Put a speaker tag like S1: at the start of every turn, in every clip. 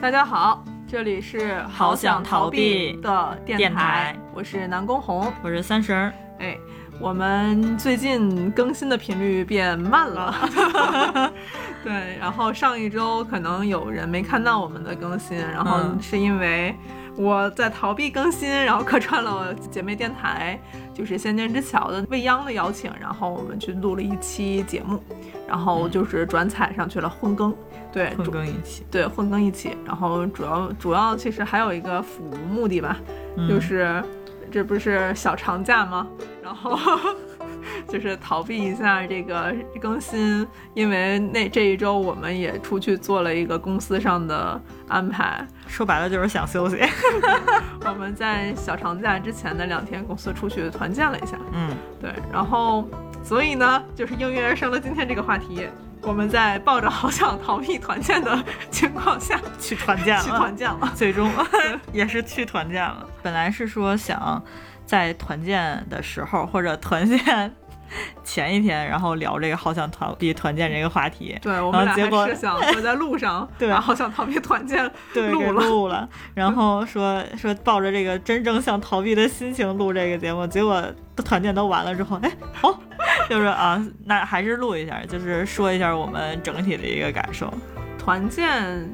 S1: 大家好，这里是好想逃避的电台，
S2: 电台
S1: 我是南宫红。
S2: 我是三十儿，
S1: 哎，我们最近更新的频率变慢了， 对。然后上一周可能有人没看到我们的更新，然后
S2: 嗯
S1: 是因为我在逃避更新，然后客串了我姐妹电台，就是《仙剑之桥》的未央的邀请，然后我们去录了一期节目，然后就是转采上去了混更，对，
S2: 嗯混
S1: 主
S2: 更一起，
S1: 对混更一起。然后主要主要其实还有一个辅目的吧，
S2: 嗯
S1: 就是这不是小长假吗？然后 就是逃避一下这个更新，因为那这一周我们也出去做了一个公司上的安排。
S2: 说白了就是想休息。
S1: 我们在小长假之前的两天，公司出去团建了一下，
S2: 嗯，
S1: 对，然后所以呢，就是应运而生了今天这个话题。我们在抱着好想逃避团建的 情况下
S2: 去团建了，
S1: 去团建了。
S2: 最 终 也是去团建了。本来是说想在团建的时候或者团建前一天，然后聊这个好想逃避团建这个话题，
S1: 对我
S2: 然后
S1: 们俩
S2: 结果
S1: 还设 想说在路上，
S2: 对
S1: 然后想逃避团建
S2: 对，
S1: 录
S2: 给
S1: 了
S2: 录了，然后说说抱着这个真正想逃避的心情录这个节目，结果团建都完了之后，哎，哦， 就是啊，那还是录一下，就是说一下我们整体的一个感受。
S1: 团建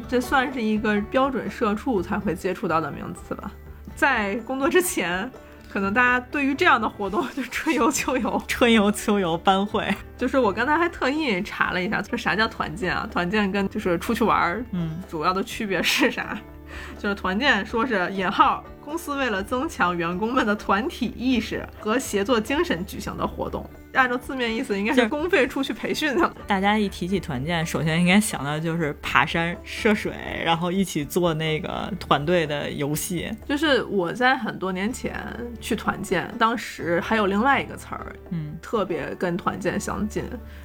S1: 这算是一个标准社畜才会接触到的名词吧。在工作之前，可能大家对于这样的活动 就春游秋游。
S2: 春游、秋游、班会，
S1: 就是我刚才还特意查了一下，这啥叫团建啊？团建跟就是出去玩儿
S2: 嗯，
S1: 主要的区别是啥？ 就是团建，说是引号，公司为了增强员工们的团体意识和协作精神举行的活动。按照字面意思，应该
S2: 就是
S1: 公费出去培训去了。
S2: 大家一提起团建，首先应该想到就是爬山涉水，然后一起做那个团队的游戏，
S1: 就是我在很多年前去团建，当时还有另外一个词儿
S2: 嗯。
S1: 特别跟团建相近，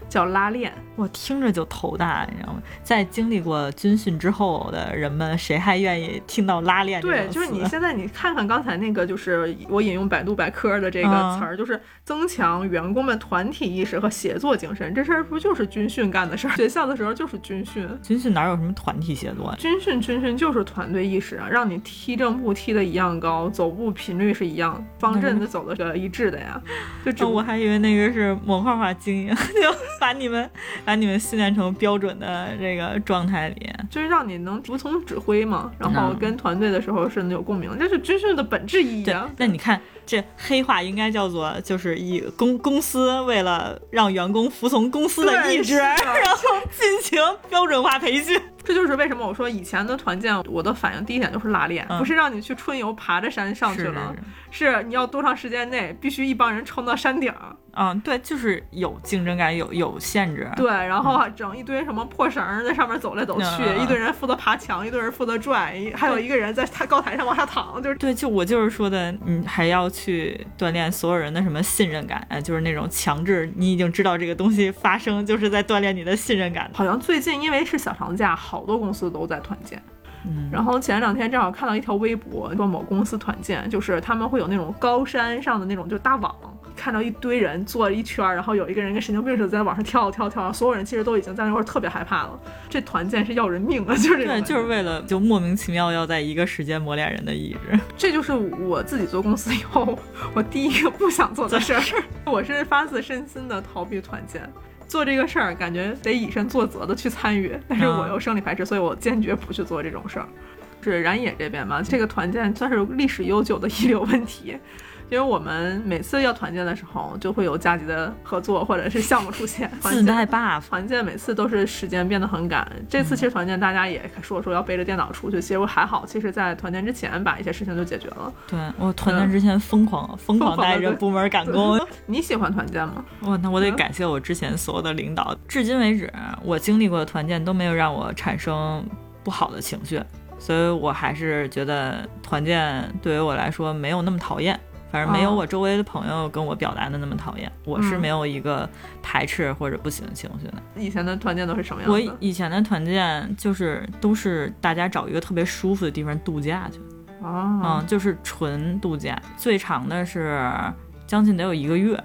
S1: 叫拉练。
S2: 我听着就头大，你知道吗？在经历过军训之后的人们，谁还愿意听到拉练这种
S1: 对，就是你
S2: 词
S1: 现在你看看刚才那个，就是我引用百度百科的这个
S2: 嗯
S1: 词儿，就是增强员工们团体意识和协作精神。这事儿不就是军训干的事儿？学校的时候就是军训，
S2: 军训哪有什么团体协作呀？
S1: 军训军训就是团队意识啊，让你踢正步踢的一样高，走步频率是一样，方阵的走的是一致的呀。就只
S2: 哦
S1: 不
S2: 我还以为嗯那个是模块化经营， 就把你们把你们训练成标准的这个状态里。
S1: 就是让你能服从指挥嘛，然后
S2: 嗯
S1: 跟团队的时候是能有共鸣，这是军训的本质意义
S2: 对
S1: 啊。，
S2: 那你看这黑化应该叫做就是以公公司为了让员工服从公司的
S1: 对
S2: 意志，
S1: 是的
S2: 然后进行标准化培训。
S1: 这就是为什么我说以前的团建，我的反应第一点就是拉练，
S2: 嗯
S1: 不是让你去春游爬着山上去了，是你要多长时间内必须一帮人冲到山顶儿，
S2: 嗯，对，就是有竞争感，有有限制。
S1: 对，然后还整一堆什么破绳儿在上面走来走去，
S2: 嗯嗯嗯嗯
S1: 一堆人负责爬墙，一堆人负责拽，一还有一个人在他高台上往下躺，就是
S2: 对，就我就是说的，你还要去锻炼所有人的什么信任感，呃就是那种强制，你已经知道这个东西发生，就是在锻炼你的信任感。
S1: 好像最近因为是小长假，好多公司都在团建。
S2: 嗯
S1: 然后前两天正好看到一条微博，说某公司团建，就是他们会有那种高山上的那种就大网，看到一堆人坐一圈儿，然后有一个人跟神经病似的在网上跳跳跳，所有人其实都已经在那块儿特别害怕了。这团建是要人命啊，就是这种
S2: 对，就是为了就莫名其妙要在一个时间磨练人的意志。
S1: 这就是我自己做公司以后，我第一个不想做的事儿。 我是发自身心的逃避团建，做这个事儿感觉得以身作则的去参与，但是
S2: 嗯
S1: 我又生理排斥，所以我坚决不去做这种事儿。是冉野这边嘛，这个团建算是历史悠久的遗留问题。因为我们每次要团建的时候，就会有加急的合作或者是项目出现。团
S2: 自
S1: 建
S2: 带 buff，
S1: 团建每次都是时间变得很赶，这
S2: 嗯
S1: 次其实团建大家也说说要背着电脑出去，其实我还好，其实在团建之前把一些事情就解决了。
S2: 对我团建之前疯狂疯狂带着部门赶工。
S1: 你喜欢团建吗？
S2: 哇，那我得感谢我之前所有的领导，至今为止我经历过的团建都没有让我产生不好的情绪，所以我还是觉得团建对于我来说没有那么讨厌。反正没有
S1: 哦
S2: 我周围的朋友跟我表达的那么讨厌，我是
S1: 嗯
S2: 没有一个排斥或者不喜欢情绪的。
S1: 以前的团建都是什么样
S2: 我
S1: 的？
S2: 以前的团建就是都是大家找一个特别舒服的地方度假去，
S1: 我
S2: 嗯
S1: 啊，，
S2: 就是纯度假，最长的是将近得有一个月，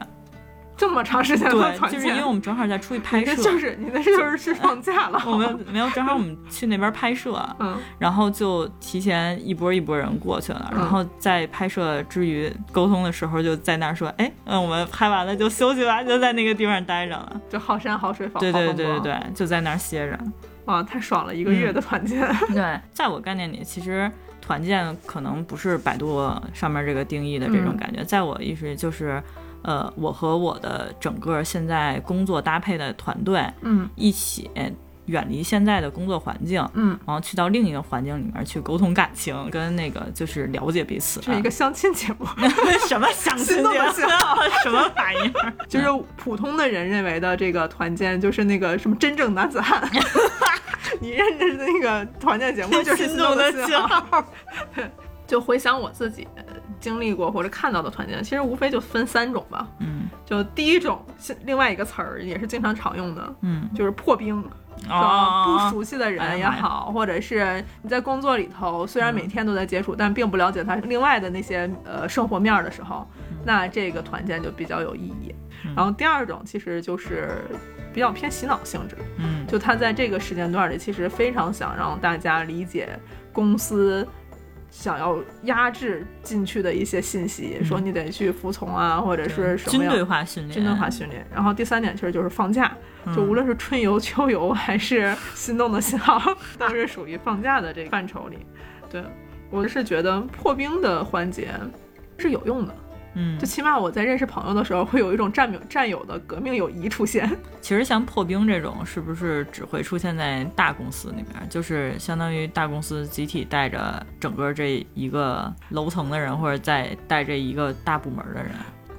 S1: 这么长时间的
S2: 对，
S1: 团
S2: 就
S1: 建，
S2: 是因为我们正好在出去拍
S1: 你
S2: 摄
S1: 那， 就是你那就是是放假了，
S2: 我们没有正好我们去那边拍摄，
S1: 嗯
S2: 然后就提前一波一波人过去了，
S1: 嗯
S2: 然后在拍摄之余沟通的时候就在那儿说，哎，嗯，我们拍完了就休息吧，就在那个地方待着了。
S1: 就好山好水哦好
S2: 对
S1: 好
S2: 对
S1: 风
S2: 对对嗯
S1: 光
S2: 对，就在那儿歇着。
S1: 哇，太爽了！一个月的团建，
S2: 对，在我概念里，其实团建可能不是百度上面这个定义的
S1: 嗯
S2: 这种感觉，在我意识里就是，呃，我和我的整个现在工作搭配的团队
S1: 嗯
S2: 一起远离现在的工作环境，
S1: 嗯，
S2: 然后去到另一个环境里面去沟通感情，跟那个就是了解彼此。
S1: 这是一个相亲节目，
S2: 什么相亲
S1: 心动
S2: 节
S1: 的
S2: 目
S1: 信？
S2: 什么玩意儿？
S1: 就是普通的人认为的这个团建，就是那个什么真正男子 汉。你认识的那个团建节目就是
S2: 心
S1: 动
S2: 动的
S1: 信
S2: 信
S1: 号。 就回想我自己呃经历过或者看到的团建，其实无非就分三种吧。
S2: 嗯
S1: 就第一种，是另外一个词儿也是经常常用的，
S2: 嗯
S1: 就是破冰。
S2: 哦，
S1: 不熟悉的
S2: 哎呀
S1: 人也
S2: 妈呀
S1: 好，或者是你在工作里头，虽然每天都在接触，但并不了解他另外的那些呃生活面儿的时候，那这个团建就比较有意义。
S2: 嗯
S1: 然后第二种其实就是比较偏洗脑性质，
S2: 嗯
S1: 就他在这个时间段里，其实非常想让大家理解公司。想要压制进去的一些信息，说你得去服从啊，或者是什么
S2: 嗯军
S1: 样
S2: 队嗯化训练，
S1: 军队化训练。然后第三点其实就是放假，
S2: 嗯
S1: 就无论是春游、秋游还是心动的信号，都是属于放假的这个范畴里。对我是觉得破冰的环节是有用的，
S2: 嗯
S1: 就，起码我在认识朋友的时候，会有一种战友战友的革命友谊出现。
S2: 其实像破冰这种，是不是只会出现在大公司里面？就是相当于大公司集体带着整个这一个楼层的人，或者再带着一个大部门的人。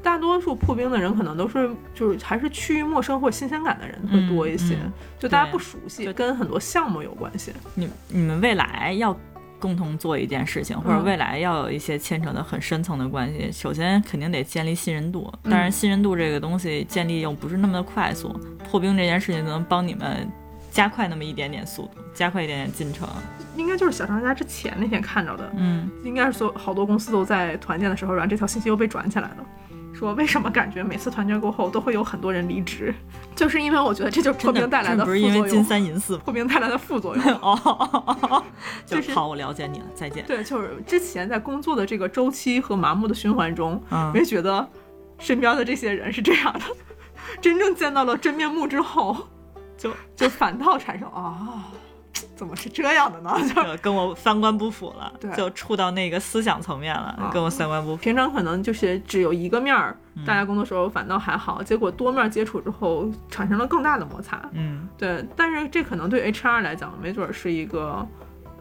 S1: 大多数破冰的人可能都是就是还是趋于陌生或新鲜感的人会多一些，
S2: 嗯嗯
S1: 就大家
S2: 对
S1: 不熟悉，
S2: 就
S1: 跟很多项目有关系。
S2: 你你们未来要共同做一件事情，或者未来要有一些牵扯的很深层的关系，首先肯定得建立信任度。
S1: 嗯
S2: 当然，信任度这个东西建立又不是那么的快速，破冰这件事情能帮你们加快那么一点点速度，加快一点点进程。
S1: 应该就是小长假之前那天看着的，
S2: 嗯，
S1: 应该是所有好多公司都在团建的时候，然后这条信息又被转起来了。说为什么感觉每次团建过后都会有很多人离职，就是因为我觉得这就是破
S2: 真的
S1: 冰带来
S2: 真
S1: 的
S2: 不
S1: 副
S2: 是因为
S1: 作
S2: 金
S1: 用。
S2: 三银四吗？
S1: 破冰带来的副作 用，
S2: 哦，
S1: 就是
S2: 就好，我了解你了，再见。
S1: 对，就是之前在工作的这个周期和麻木的循环中，
S2: 嗯
S1: 我也觉得身边的这些人是这样的。真正见到了真面目之后，
S2: 就
S1: 就反倒产生啊、怎么是这样的呢？就
S2: 就跟我三观不符了
S1: 对，
S2: 就触到那个思想层面了
S1: 嗯，
S2: 跟我三观不符。
S1: 平常可能就是只有一个面儿，
S2: 嗯
S1: 大家工作时候反倒还好，结果多面接触之后产生了更大的摩擦。
S2: 嗯，
S1: 对，但是这可能对 HR 来讲，没准儿是一个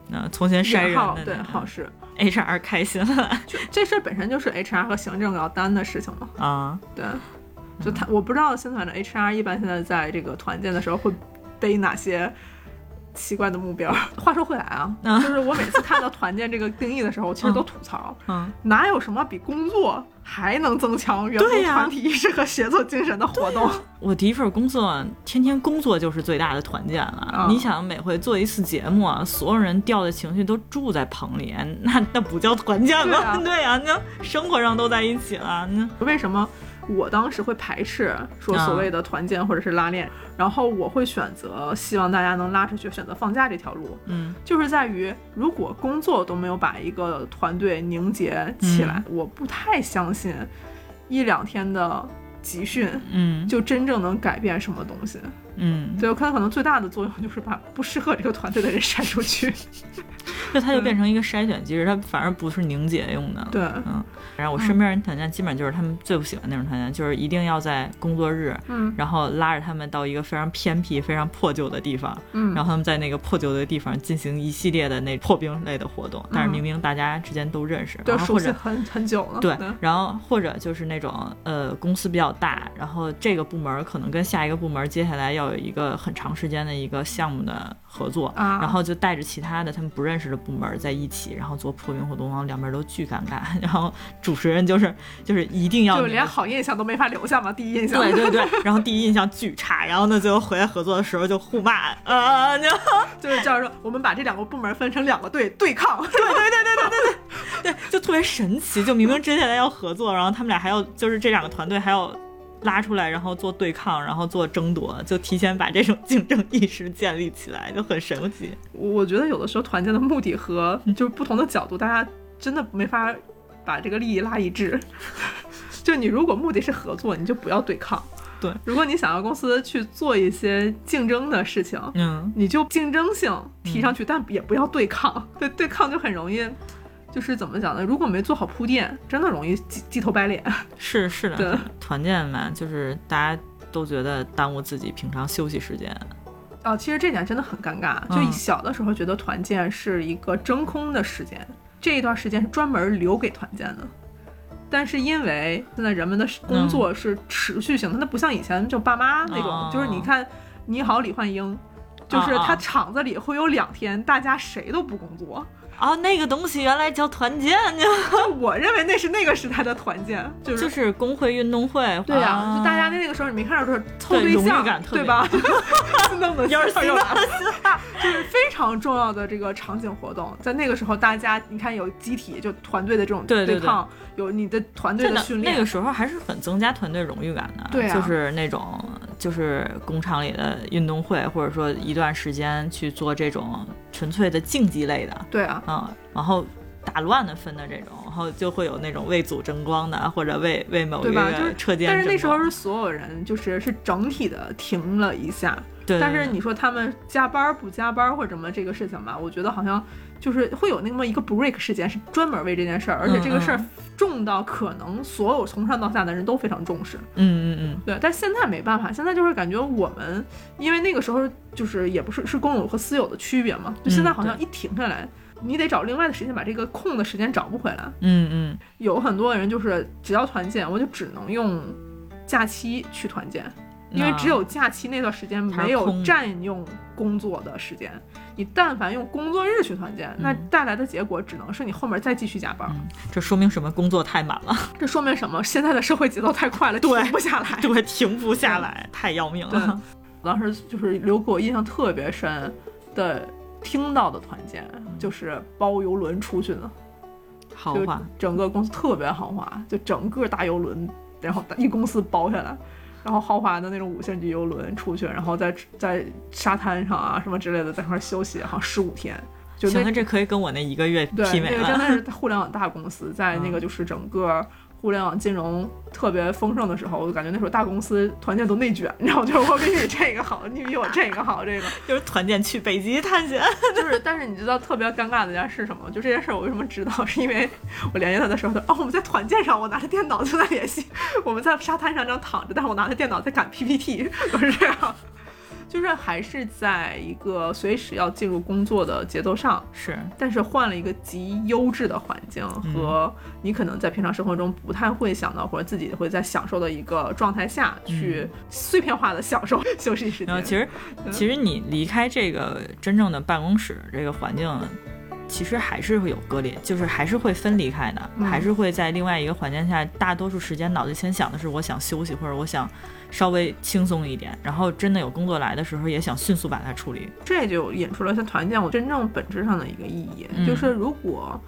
S2: 那从前筛
S1: 引
S2: 人
S1: 号，
S2: 的
S1: 对
S2: 那
S1: 好
S2: 个
S1: 事。
S2: HR 开心 了
S1: 就这事儿本身就是 HR 和行政要担的事情嘛。
S2: 啊。
S1: 对，就
S2: 嗯
S1: 他我不知道新团的 HR 一般现在在这个团建的时候会背哪些。奇怪的目 标。话说回来啊，
S2: 嗯
S1: 就是我每次看到团建这个定义的时候，我其实都吐槽，
S2: 嗯，
S1: 哪有什么比工作还能增强员工
S2: 对呀
S1: 团体意识和协作精神的活动？
S2: 我第一份工作，天天工作就是最大的团建了。
S1: 啊
S2: 你想，每回做一次节目啊，所有人掉的情绪都住在棚里，那那不叫团建
S1: 对啊
S2: 吗？ 对呀、那生活上都在一起了，那
S1: 为什么我当时会排斥说
S2: 啊
S1: 所谓的团建或者是拉练，然后我会选择希望大家能拉出去，选择放假这条路，
S2: 嗯
S1: 就是在于如果工作都没有把一个团队凝结起来，
S2: 嗯
S1: 我不太相信一两天的集训。
S2: 嗯
S1: 就真正能改变什么东西？
S2: 嗯，
S1: 对，我看可能最大的作用就是把不适合这个团队的人 筛出去。
S2: 就
S1: 嗯
S2: 它就变成一个筛选机制，它反而不是凝结用的。
S1: 对，
S2: 嗯，然后我身边人团建，基本就是他们最不喜欢那种团建，就是一定要在工作日，
S1: 嗯
S2: 然后拉着他们到一个非常偏僻、非常破旧的地方，
S1: 嗯
S2: 然后他们在那个破旧的地方进行一系列的那破冰类的活动，但是明明大家之间都认识，
S1: 对，嗯
S2: 然后
S1: 熟
S2: 或
S1: 悉
S2: 者。
S1: 很很久了。
S2: 对，然后或者就是那种呃，公司比较大，然后这个部门可能跟下一个部门接下来要有一个很长时间的一个项目的合作，
S1: 啊
S2: 然后就带着其他的他们不认识的部门在一起，然后做破冰活动，然后两边都巨尴尬， 然后主持人就是就是一定要
S1: 就
S2: 那个
S1: 连好印象都没法留下嘛，第一印象。
S2: 对对对，然后第一印象巨差，然后呢，最后回来合作的时候就互骂，啊，就
S1: 就是叫说，我们把这两个部门分成两个队对抗。
S2: 对，就特别神奇，就明明接下来要合作，然后他们俩还要就是这两个团队还要拉出来，然后做对抗，然后做争夺，就提前把这种竞争意识建立起来，就很神奇。
S1: 我觉得有的时候团建的目的和就是不同的角度，大家真的没法把这个利益拉一致。 就你如果目的是合作，你就不要对抗。
S2: 对，
S1: 如果你想要公司去做一些竞争的事情，
S2: 嗯，
S1: 你就竞争性提上去，但也不要对抗。对，对抗就很容易，就是怎么讲呢？如果没做好铺垫，真的容易鸡鸡头白脸。
S2: 是是的，
S1: 对
S2: 团建嘛，就是大家都觉得耽误自己平常休息时间。
S1: 哦，其实这点真的很尴尬。
S2: 嗯
S1: 就小的时候觉得团建是一个真空的时间，这一段时间是专门留给团建的。但是因为现在人们的工作是持续性的，它不像以前就爸妈那种，
S2: 嗯哦
S1: 就是你看《你好，李焕英》，就是
S2: 哦哦
S1: 他厂子里会有两天大家谁都不工作，
S2: 哦，那个东西原来叫团建呢，
S1: 就我认为那是那个时代的团建，就是
S2: 就是工会运动会。
S1: 对呀、
S2: 啊
S1: 就大家那个时候，你没看到就是凑
S2: 对荣誉
S1: 象，
S2: 感特别
S1: 对 吧？弄得
S2: 有点
S1: 心
S2: 心
S1: 疼， 就是非常重要的这个场景活动，在那个时候，大家你看有集体就团队的这种
S2: 对对对
S1: 抗，有你的团队
S2: 真的
S1: 训
S2: 那
S1: 练，
S2: 个时候还是很增加团队荣誉感的，
S1: 对啊
S2: 就是那种就是工厂里的运动会，或者说一段时间去做这种纯粹的竞技类的，
S1: 对啊，
S2: 嗯，然后打乱的分的这种，然后就会有那种为组争光的，或者为为某一
S1: 对吧就是
S2: 个车间争光。
S1: 但是那时候是所有人就是是整体的停了一下，
S2: 对，对
S1: 但是
S2: 对
S1: 你说他们加班不加班或者什么这个事情吧，我觉得好像就是会有那么一个 break 时间，是专门为这件事儿，而且这
S2: 嗯
S1: 个事儿重到可能所有从上到下的人都非常重视。
S2: 嗯嗯嗯，
S1: 对，但现在没办法，现在就是感觉我们，因为那个时候就是也不是是公有和私有的区别嘛，就现
S2: 嗯
S1: 在好像一停下来，你得找另外的时间把这个空的时间找不回来。
S2: 嗯嗯，
S1: 有很多人就是只要团建，我就只能用假期去团建，因为
S2: 那
S1: 只有假期那段时间
S2: 啊它是
S1: 没有
S2: 空的
S1: 占用工作的时间。你但凡用工作日去团建，那
S2: 嗯
S1: 带来的结果只能是你后面再继续加班。
S2: 这说明什么？工作太满了，
S1: 这说明什么？现在的社会节奏太快了，停
S2: 对
S1: 不下来。
S2: 对，停不下来，太要命
S1: 哎对
S2: 了。，
S1: 我当时就是留给我印象特别深的，听到的团建
S2: 嗯
S1: 就是包游轮出去的，
S2: 豪
S1: 就
S2: 华，
S1: 整个公司特别豪华，就整个大游轮，然后一公司包下来。然后豪华的那种五星级游轮出去，然后在在沙滩上啊什么之类的，在那块儿休息，好像十五天，就
S2: 行
S1: 那
S2: 了，这可以跟我那一个月
S1: 对
S2: 媲美
S1: 那个
S2: 了嗯
S1: 真。的 是互联网大公司，在那个就是整个互联网金融特别丰盛的时候，我感觉那时候大公司团建都内卷，你知道吗？就是我比你这个好，你比我这个好，这个
S2: 就是团建去北极探险。
S1: 就是，但是你知道特别尴尬的一件事是什么？就这件事我为什么知道，是因为我联系他的时候，他说哦我们在团建上，我拿着电脑就在联系，我们在沙滩上这样躺着，但是我拿着电脑在赶 PPT，都是这样，就是还是在一个随时要进入工作的节奏上，
S2: 是，
S1: 但是换了一个极优质的环境
S2: 嗯
S1: 和你可能在平常生活中不太会想到，或者自己会在享受的一个状态下去碎片化的享受 休息时
S2: 嗯然后
S1: 间。
S2: 其实
S1: 嗯
S2: 其实你离开这个真正的办公室这个环境，其实还是会有割裂，就是还是会分离开的，
S1: 嗯
S2: 还是会在另外一个环境下，大多数时间脑子先想的是我想休息或者我想稍微轻松一点，然后真的有工作来的时候也想迅速把它处理。
S1: 这就引出了像团建我真正本质上的一个意义，
S2: 嗯
S1: 就是如果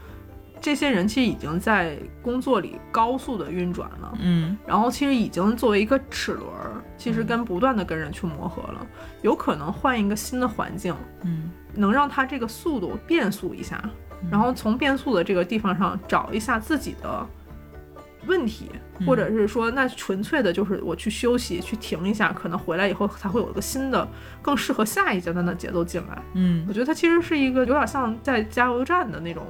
S1: 这些人其实已经在工作里高速的运转了，
S2: 嗯
S1: 然后其实已经作为一个齿轮儿，其实跟不断的跟人去磨合了，有可能换一个新的环境，
S2: 嗯
S1: 能让它这个速度变速一下，然后从变速的这个地方上找一下自己的问题，
S2: 嗯
S1: 或者是说，那纯粹的就是我去休息，去停一下，可能回来以后才会有一个新的、更适合下一阶段的节奏进来。
S2: 嗯
S1: 我觉得它其实是一个有点像在加油站的那种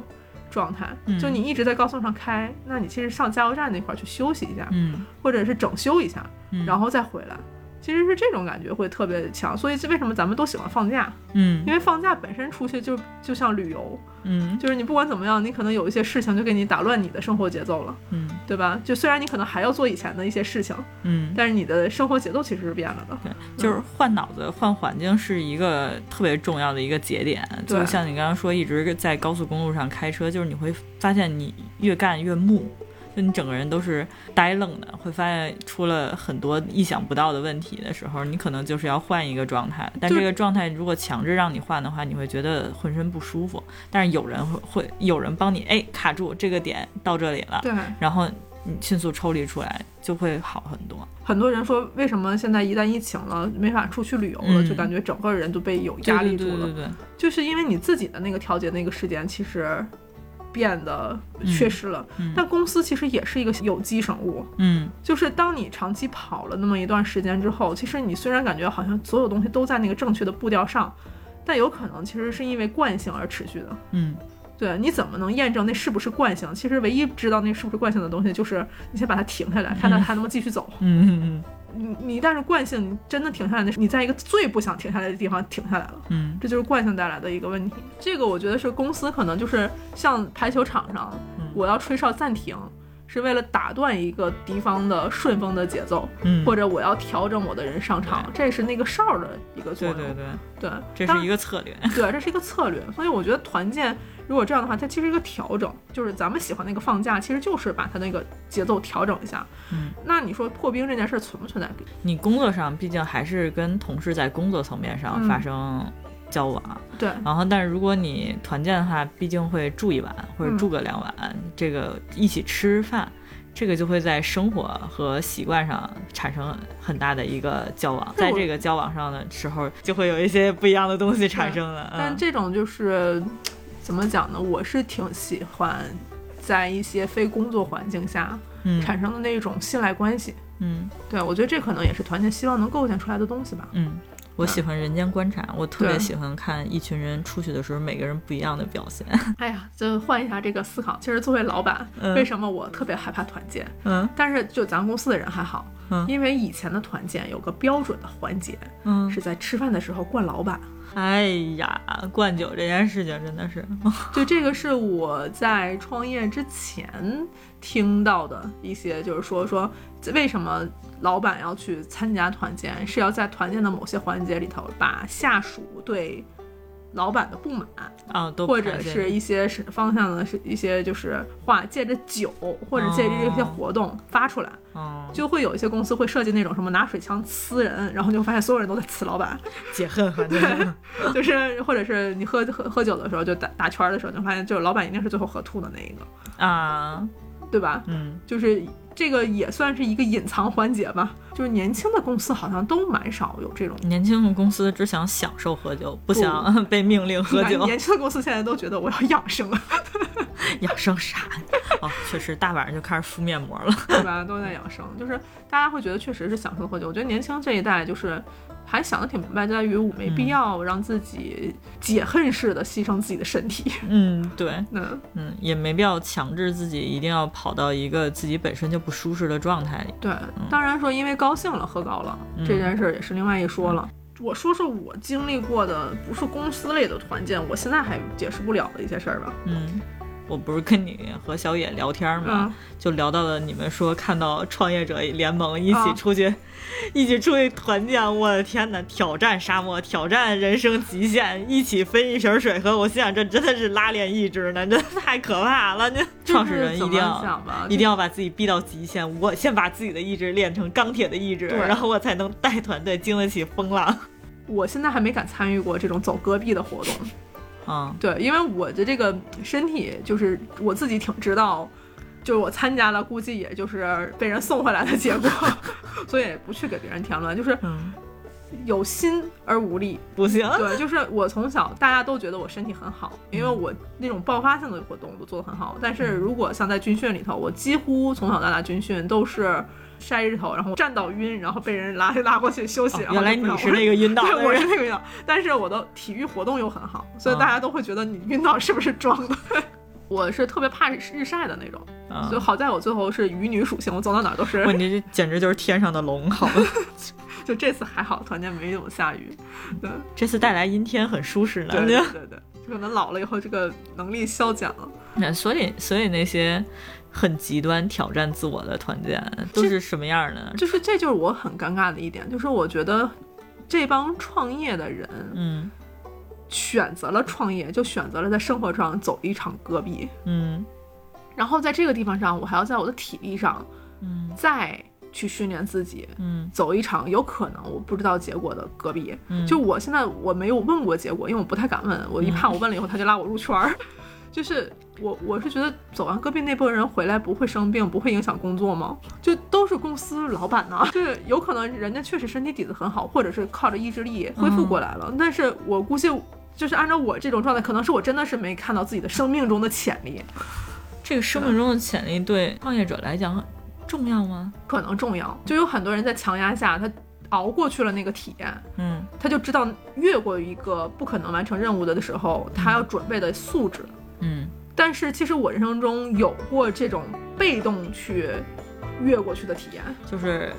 S1: 状态，
S2: 嗯
S1: 就你一直在高速上开，那你其实上加油站那块儿去休息一下，
S2: 嗯
S1: 或者是整修一下，
S2: 嗯，
S1: 然后再回来。其实是这种感觉会特别强，所以这为什么咱们都喜欢放假？
S2: 嗯
S1: 因为放假本身出去就就像旅游，
S2: 嗯
S1: 就是你不管怎么样，你可能有一些事情就给你打乱你的生活节奏了，
S2: 嗯
S1: 对吧？就虽然你可能还要做以前的一些事情，
S2: 嗯。
S1: 但是你的生活节奏其实是变了的。
S2: 对，就是
S1: 嗯
S2: 换脑子、换环境是一个特别重要的一个节点。
S1: 对
S2: 就像你刚刚说，一直在高速公路上开车，就是你会发现你越干越木，就你整个人都是呆愣的，会发现出了很多意想不到的问题的时候，你可能就是要换一个状态。但
S1: 就
S2: 这个状态如果强制让你换的话，你会觉得浑身不舒服。但是有人会会有人帮你，哎，卡住这个点到这里了，
S1: 对
S2: 然后你迅速抽离出来，就会好很多。
S1: 很多人说，为什么现在一旦疫情了，没法出去旅游了，
S2: 嗯
S1: 就感觉整个人都被有
S2: 对
S1: 压力住
S2: 对
S1: 了，
S2: 对对对，
S1: 就是因为你自己的那个调节那个时间其实变得缺失了。
S2: 嗯
S1: 但公司其实也是一个有机生物，
S2: 嗯
S1: 就是当你长期跑了那么一段时间之后，其实你虽然感觉好像所有东西都在那个正确的步调上，但有可能其实是因为惯性而持续的。
S2: 嗯，
S1: 对，你怎么能验证那是不是惯性？其实唯一知道那是不是惯性的东西，就是你先把它停下来，看它还能不能继续走。
S2: 嗯嗯
S1: 你你一旦是惯性，你真的停下来，那是你在一个最不想停下来的地方停下来了。
S2: 嗯
S1: 这就是惯性带来的一个问题。这个我觉得是公司可能就是像排球场上
S2: 嗯，
S1: 我要吹哨暂停，是为了打断一个敌方的顺风的节奏，
S2: 嗯，
S1: 或者我要调整我的人上场，这是那个哨的一个作
S2: 对
S1: 用。
S2: 对对，
S1: 对
S2: 这
S1: 当
S2: 是一个策略。
S1: 对，这是一个策略。所以我觉得团建如果这样的话，它其实是一个调整，就是咱们喜欢那个放假，其实就是把它那个节奏调整一下。
S2: 嗯，
S1: 那你说破冰这件事儿存不存在必？
S2: 你工作上毕竟还是跟同事在工作层面上
S1: 嗯
S2: 发生交往，
S1: 对，
S2: 然后但是如果你团建的话，毕竟会住一晚或者
S1: 嗯
S2: 住个两晚，这个一起吃饭。这个就会在生活和习惯上产生很大的一个交往，
S1: 但
S2: 在
S1: 我
S2: 这个交往上的时候，就会有一些不一样的东西产生了。
S1: 但
S2: 嗯
S1: 这种就是怎么讲呢？我是挺喜欢在一些非工作环境下
S2: 嗯
S1: 产生的那种信赖关系。
S2: 嗯
S1: 对，我觉得这可能也是团建希望能构建出来的东西吧。
S2: 嗯，啊我喜欢人间观察，我特别
S1: 对
S2: 喜欢看一群人出去的时候，每个人不一样的表现。
S1: 哎呀，就换一下这个思考。其实作为老板，
S2: 嗯
S1: 为什么我特别害怕团建？
S2: 嗯
S1: 但是就咱公司的人还好，
S2: 嗯
S1: 因为以前的团建有个标准的环节
S2: 嗯，
S1: 是在吃饭的时候灌老板。
S2: 哎呀，灌酒这件事情真的是，
S1: 就这个是我在创业之前听到的一些，就是说说为什么老板要去参加团建，是要在团建的某些环节里头把下属对老板的不满，
S2: 啊，都
S1: 或
S2: 不开
S1: 者
S2: 心
S1: 是一些是方向的是一些就是话，借着酒或者借着这些
S2: 哦
S1: 活动发出来，
S2: 嗯，
S1: 就会有一些公司会设计那种什么拿水枪呲人，然后你就发现所有人都在呲老板，
S2: 解恨，反正
S1: 就是或者是你喝喝喝酒的时候就打打圈儿的时候，就发现就是老板一定是最后喝吐的那一个。
S2: 啊，
S1: 对吧？
S2: 嗯
S1: 就是这个也算是一个隐藏环节吧。就是年轻的公司好像都蛮少有这种。
S2: 年轻的公司只想享受喝酒，不想 被命令喝 酒，
S1: 年轻的公司现在都觉得我要养生了，
S2: 养生啥呀？哦，确实，大晚上就开始敷面膜了。
S1: 对吧？都在养生，就是大家会觉得确实是享受喝酒。我觉得年轻这一代就是还想得挺明白，在于我没
S2: 嗯
S1: 必要让自己解恨式的牺牲自己的身体。
S2: 嗯，对，
S1: 嗯，
S2: 嗯，也没必要强制自己一定要跑到一个自己本身就不舒适的状态里。
S1: 对，当然说因为高兴了喝高了、
S2: 嗯
S1: 这件事儿也是另外一说了。我说说我经历过的，不是公司类的团建，我现在还解释不了的一些事儿吧。
S2: 嗯，我不是跟你和小野聊天吗？
S1: 嗯
S2: 就聊到了你们说看到创业者联盟一
S1: 啊
S2: 起出去， 一起出去团建，我的天哪！挑战沙漠，挑战人生极限，一起分一瓶水喝。我心想，这真的是拉练意志呢，这太可怕了！这创始人一定
S1: 就是怎么
S2: 要
S1: 想吧，
S2: 一定要把自己逼到极限，我先把自己的意志练成钢铁的意志，
S1: 对
S2: 然后我才能带团队经得起风浪。
S1: 我现在还没敢参与过这种走戈壁的活动，
S2: 嗯
S1: 对，因为我的这个身体就是我自己挺知道，就是我参加了，估计也就是被人送回来的结果， 所以也不去给别人添乱，就是
S2: 嗯，
S1: 有心而无力。
S2: 不行，
S1: 对，就是我从小大家都觉得我身体很好，因为我那种爆发性的活动我都做得很好，但是如果像在军训里头，我几乎从小到大军训都是。晒日头，然后站到晕，然后被人拉拉过去休息。
S2: 哦
S1: 然后
S2: 原来
S1: 就
S2: 你
S1: 不让
S2: 是
S1: 我
S2: 那个晕倒
S1: 对，
S2: 的
S1: 我是
S2: 人。嗯
S1: 那个样，但是我的体育活动又很好，所以大家都会觉得你晕倒是不是装的？ 我是特别怕日晒的那种，
S2: 嗯
S1: 就好在我最后是鱼女属性，我走到哪儿都是
S2: 哇，。你这简直就是天上的龙，好 吗？
S1: 就这次还好，团建没怎么下雨。对，
S2: 这次带来阴天很舒适呢。
S1: 对对对对，就可能老了以后这个能力消减了。
S2: 那所以，所以那些很极端挑战自我的团建都是什么样儿的？
S1: 就是这就是我很尴尬的一点，就是我觉得这帮创业的人
S2: 嗯
S1: 选择了创业，就选择了在生活上走一场戈壁，
S2: 嗯
S1: 然后在这个地方上，我还要在我的体力上
S2: 嗯
S1: 再去训练自己，
S2: 嗯
S1: 走一场有可能我不知道结果的隔壁。
S2: 嗯，
S1: 就我现在我没有问过结果，因为我不太敢问，我一怕我问了以后他就拉我入圈儿。就是我我是觉得走完戈壁那波人回来不会生病，不会影响工作吗？就都是公司老板呐、 就是有可能人家确实身体底子很好，或者是靠着意志力恢复过来了，但是我估计。就是按照我这种状态，可能是我真的是没看到自己的生命中的潜力，
S2: 这个生命中的潜力对创业者来讲重要吗？
S1: 可能重要。就有很多人在强压下，他熬过去了那个体验，
S2: 嗯
S1: 他就知道越过一个不可能完成任务的的时候，他要准备的素质。
S2: 嗯
S1: 但是其实我人生中有过这种被动去越过去的体验，，
S2: 就是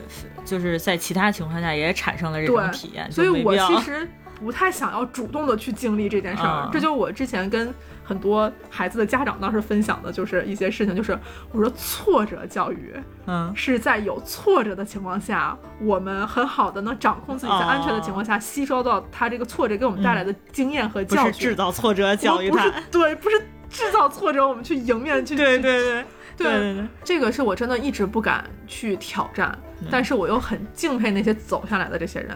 S2: 就是在其他情况下也产生了这种
S1: 对
S2: 体验，
S1: 所以
S2: 就没
S1: 我
S2: 必要
S1: 其实不太想要主动的去经历这件事儿。
S2: 嗯
S1: 这就我之前跟很多孩子的家长当时分享的，就是一些事情，就是我说挫折教育
S2: 嗯
S1: 是在有挫折的情况下，我们很好的能掌控自己，在安全的情况下吸收到他这个挫折给我们带来的经验和
S2: 不
S1: 教
S2: 是
S1: 训
S2: 制。造挫折
S1: 我
S2: 教育
S1: 不是
S2: 他，
S1: 对，不是制造挫折，我们去迎面去
S2: 对
S1: 去
S2: 对对
S1: 对
S2: 对对，
S1: 这个是我真的一直不敢去挑战，
S2: 嗯
S1: 但是我又很敬佩那些走下来的这些人。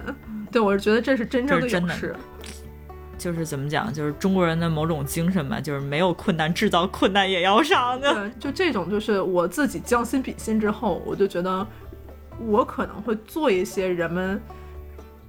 S1: 对，我是觉得这是真正的
S2: 这是真
S1: 勇
S2: 的
S1: 士。
S2: 就是怎么讲，就是中国人的某种精神吧，就是没有困难制造困难也要 上的，
S1: 对，就这种，就是我自己将心比心之后，我就觉得我可能会做一些人们，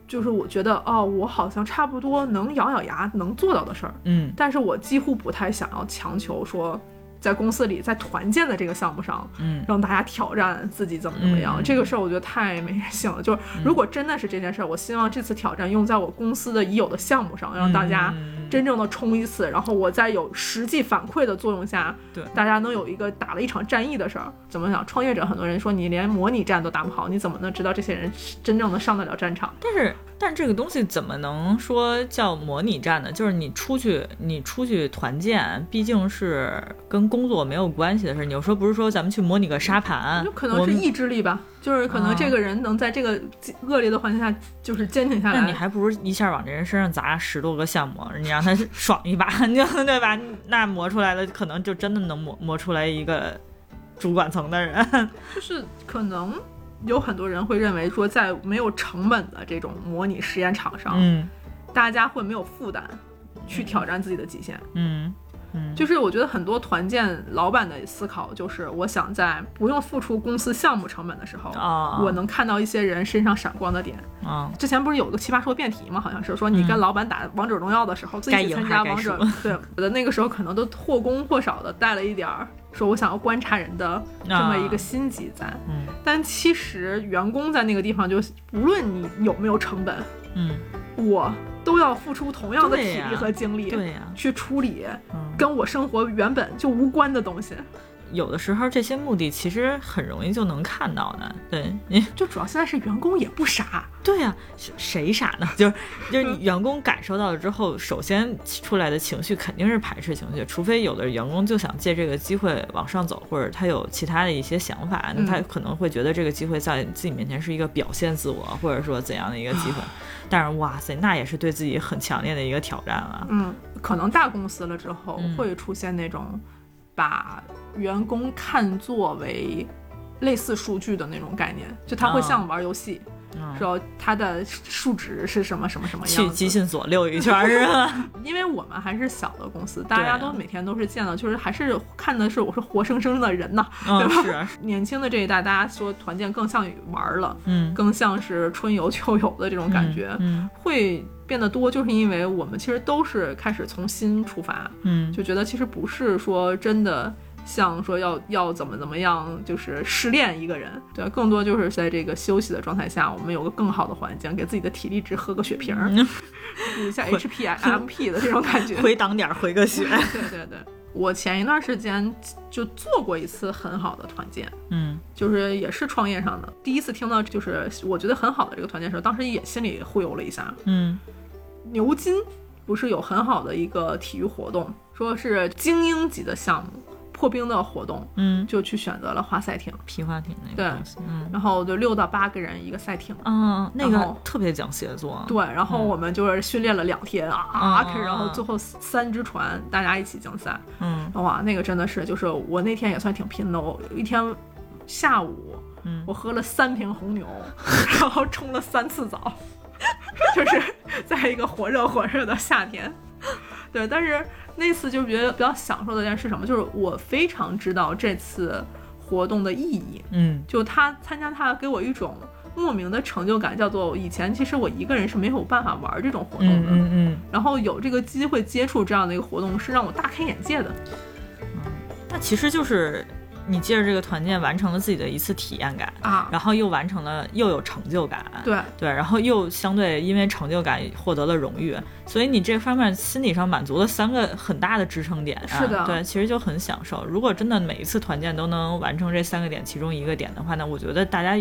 S1: 就是我觉得哦，我好像差不多能咬咬牙能做到的事儿，
S2: 嗯
S1: 但是我几乎不太想要强求说，在公司里在团建的这个项目上，
S2: 嗯
S1: 让大家挑战自己怎么怎么样，
S2: 嗯
S1: 这个事儿我觉得太没人性了。就是如果真的是这件事儿，我希望这次挑战用在我公司的已有的项目上，让大家
S2: 嗯
S1: 真正的冲一次，然后我在有实际反馈的作用下，
S2: 对
S1: 大家能有一个打了一场战役的事儿。怎么讲？创业者很多人说你连模拟战都打不好，你怎么能知道这些人是真正的上得了战场？
S2: 但是，但这个东西怎么能说叫模拟战呢？就是你出去，你出去团建，毕竟是跟工作没有关系的事。你有时候不是说咱们去模拟个沙盘，
S1: 就可
S2: 我
S1: 能是
S2: 们
S1: 意志力吧，就是
S2: 啊
S1: 可能这个人能在这个恶劣的环境下就是坚挺下
S2: 那你
S1: 来。
S2: 还不如一下往这人身上砸十多个项目，你让他爽一把，你就对吧？ 那磨出来的可能就真的能磨磨出来一个主管层 的人。
S1: 就是可能有很多人会认为说，在没有成本的这种模拟实验场上，
S2: 嗯
S1: 大家会没有负担去挑战自己的极限。
S2: 嗯嗯，
S1: 就是我觉得很多团建老板的思考就是，我想在不用付出公司项目成本的时候，
S2: 啊
S1: 我能看到一些人身上闪光的点。
S2: 啊
S1: 之前不是有个奇葩说辩题吗？好像是说你跟
S2: 嗯
S1: 老板打王者荣耀的时候，自
S2: 该
S1: 己去
S2: 赢
S1: 参
S2: 还
S1: 加
S2: 该
S1: 王者
S2: 输，
S1: 对，我的那个时候可能都或攻或少的带了一点儿，说我想要观察人的这
S2: 啊
S1: 么一个心机在。
S2: 嗯
S1: 但其实员工在那个地方就，无论你有没有成本，
S2: 嗯，
S1: 我都要付出同样的
S2: 对
S1: 体
S2: 呀
S1: 力和精力。
S2: 对呀、
S1: 去处理
S2: 嗯。
S1: 跟我生活原本就无关的东西，
S2: 有的时候这些目的其实很容易就能看到的，对你
S1: 就主要现在是员工也不傻，
S2: 对呀、谁谁傻呢？ 就是就是
S1: 嗯
S2: 你员工感受到了之后，首先出来的情绪肯定是排斥情绪，除非有的员工就想借这个机会往上走，或者他有其他的一些想法，那
S1: 嗯
S2: 他可能会觉得这个机会在自己面前是一个表现自我，或者说怎样的一个机
S1: 啊
S2: 会。但是哇塞，那也是对自己很强烈的一个挑战了。
S1: 嗯，可能大公司了之后
S2: 嗯
S1: 会出现那种把员工看作为类似数据的那种概念，就他会
S2: 啊
S1: 像玩游戏，
S2: 嗯，
S1: 说他的数值是什么什么什么
S2: 去
S1: 样
S2: 集
S1: 子。
S2: 训所溜一圈儿是吧？
S1: 因为我们还是小的公司，大家
S2: 对啊
S1: 都每天都是见到，就是还是看的是我是活生生的人呐。
S2: 嗯，是啊，是
S1: 年轻的这一代，大家说团建更像于玩儿了，
S2: 嗯，
S1: 更像是春游秋游的这种感觉。
S2: 嗯
S1: 会变得多，就是因为我们其实都是开始从新出发，
S2: 嗯，
S1: 就觉得其实不是说真的像说要要怎么怎么样，就是失恋一个人，对，更多就是在这个休息的状态下，我们有个更好的环境，给自己的体力值喝个血瓶 儿，
S2: 嗯
S1: 补一下 HPMP 的这种感觉。
S2: 回档点儿回个血。
S1: 对对对，我前一段时间就做过一次很好的团建，
S2: 嗯
S1: 就是也是创业上的，第一次听到就是我觉得很好的这个团建的时候，当时也心里忽悠了一下，
S2: 嗯
S1: 牛津不是有很好的一个体育活动，说是精英级的项目，破冰的活动，
S2: 嗯，
S1: 就去选择了花赛艇，
S2: 皮划艇那
S1: 对
S2: 个东西，嗯
S1: 然后就六到八个人一个赛艇。
S2: 啊，
S1: 然
S2: 那个
S1: 后
S2: 特别讲协作，
S1: 对，然后我们就是训练了两天啊，
S2: 嗯
S1: 然后最后三只船大家一起竞赛，
S2: 嗯
S1: 哇，那个真的是，就是我那天也算挺拼的，我有一天下午
S2: 嗯
S1: 我喝了三瓶红牛，然后冲 了三次澡，就是在一个火热火热的夏天。对，但是那次就觉得比较享受的一件事是什么？就是我非常知道这次活动的意义，
S2: 嗯
S1: 就他参加他给我一种莫名的成就感，叫做以前其实我一个人是没有办法玩这种活动
S2: 嗯
S1: 的，
S2: 嗯嗯。
S1: 然后有这个机会接触这样的一个活动，是让我大开眼界的。
S2: 那其实就是你借着这个团建完成了自己的一次体验感，
S1: 啊，
S2: 然后又完成了又有成就感，
S1: 对
S2: 对，然后又相对因为成就感获得了荣誉，所以你这方面心理上满足了三个很大的支撑点、啊。
S1: 是的
S2: 对，其实就很享受。如果真的每一次团建都能完成这三个点其中一个点的话呢，我觉得大家。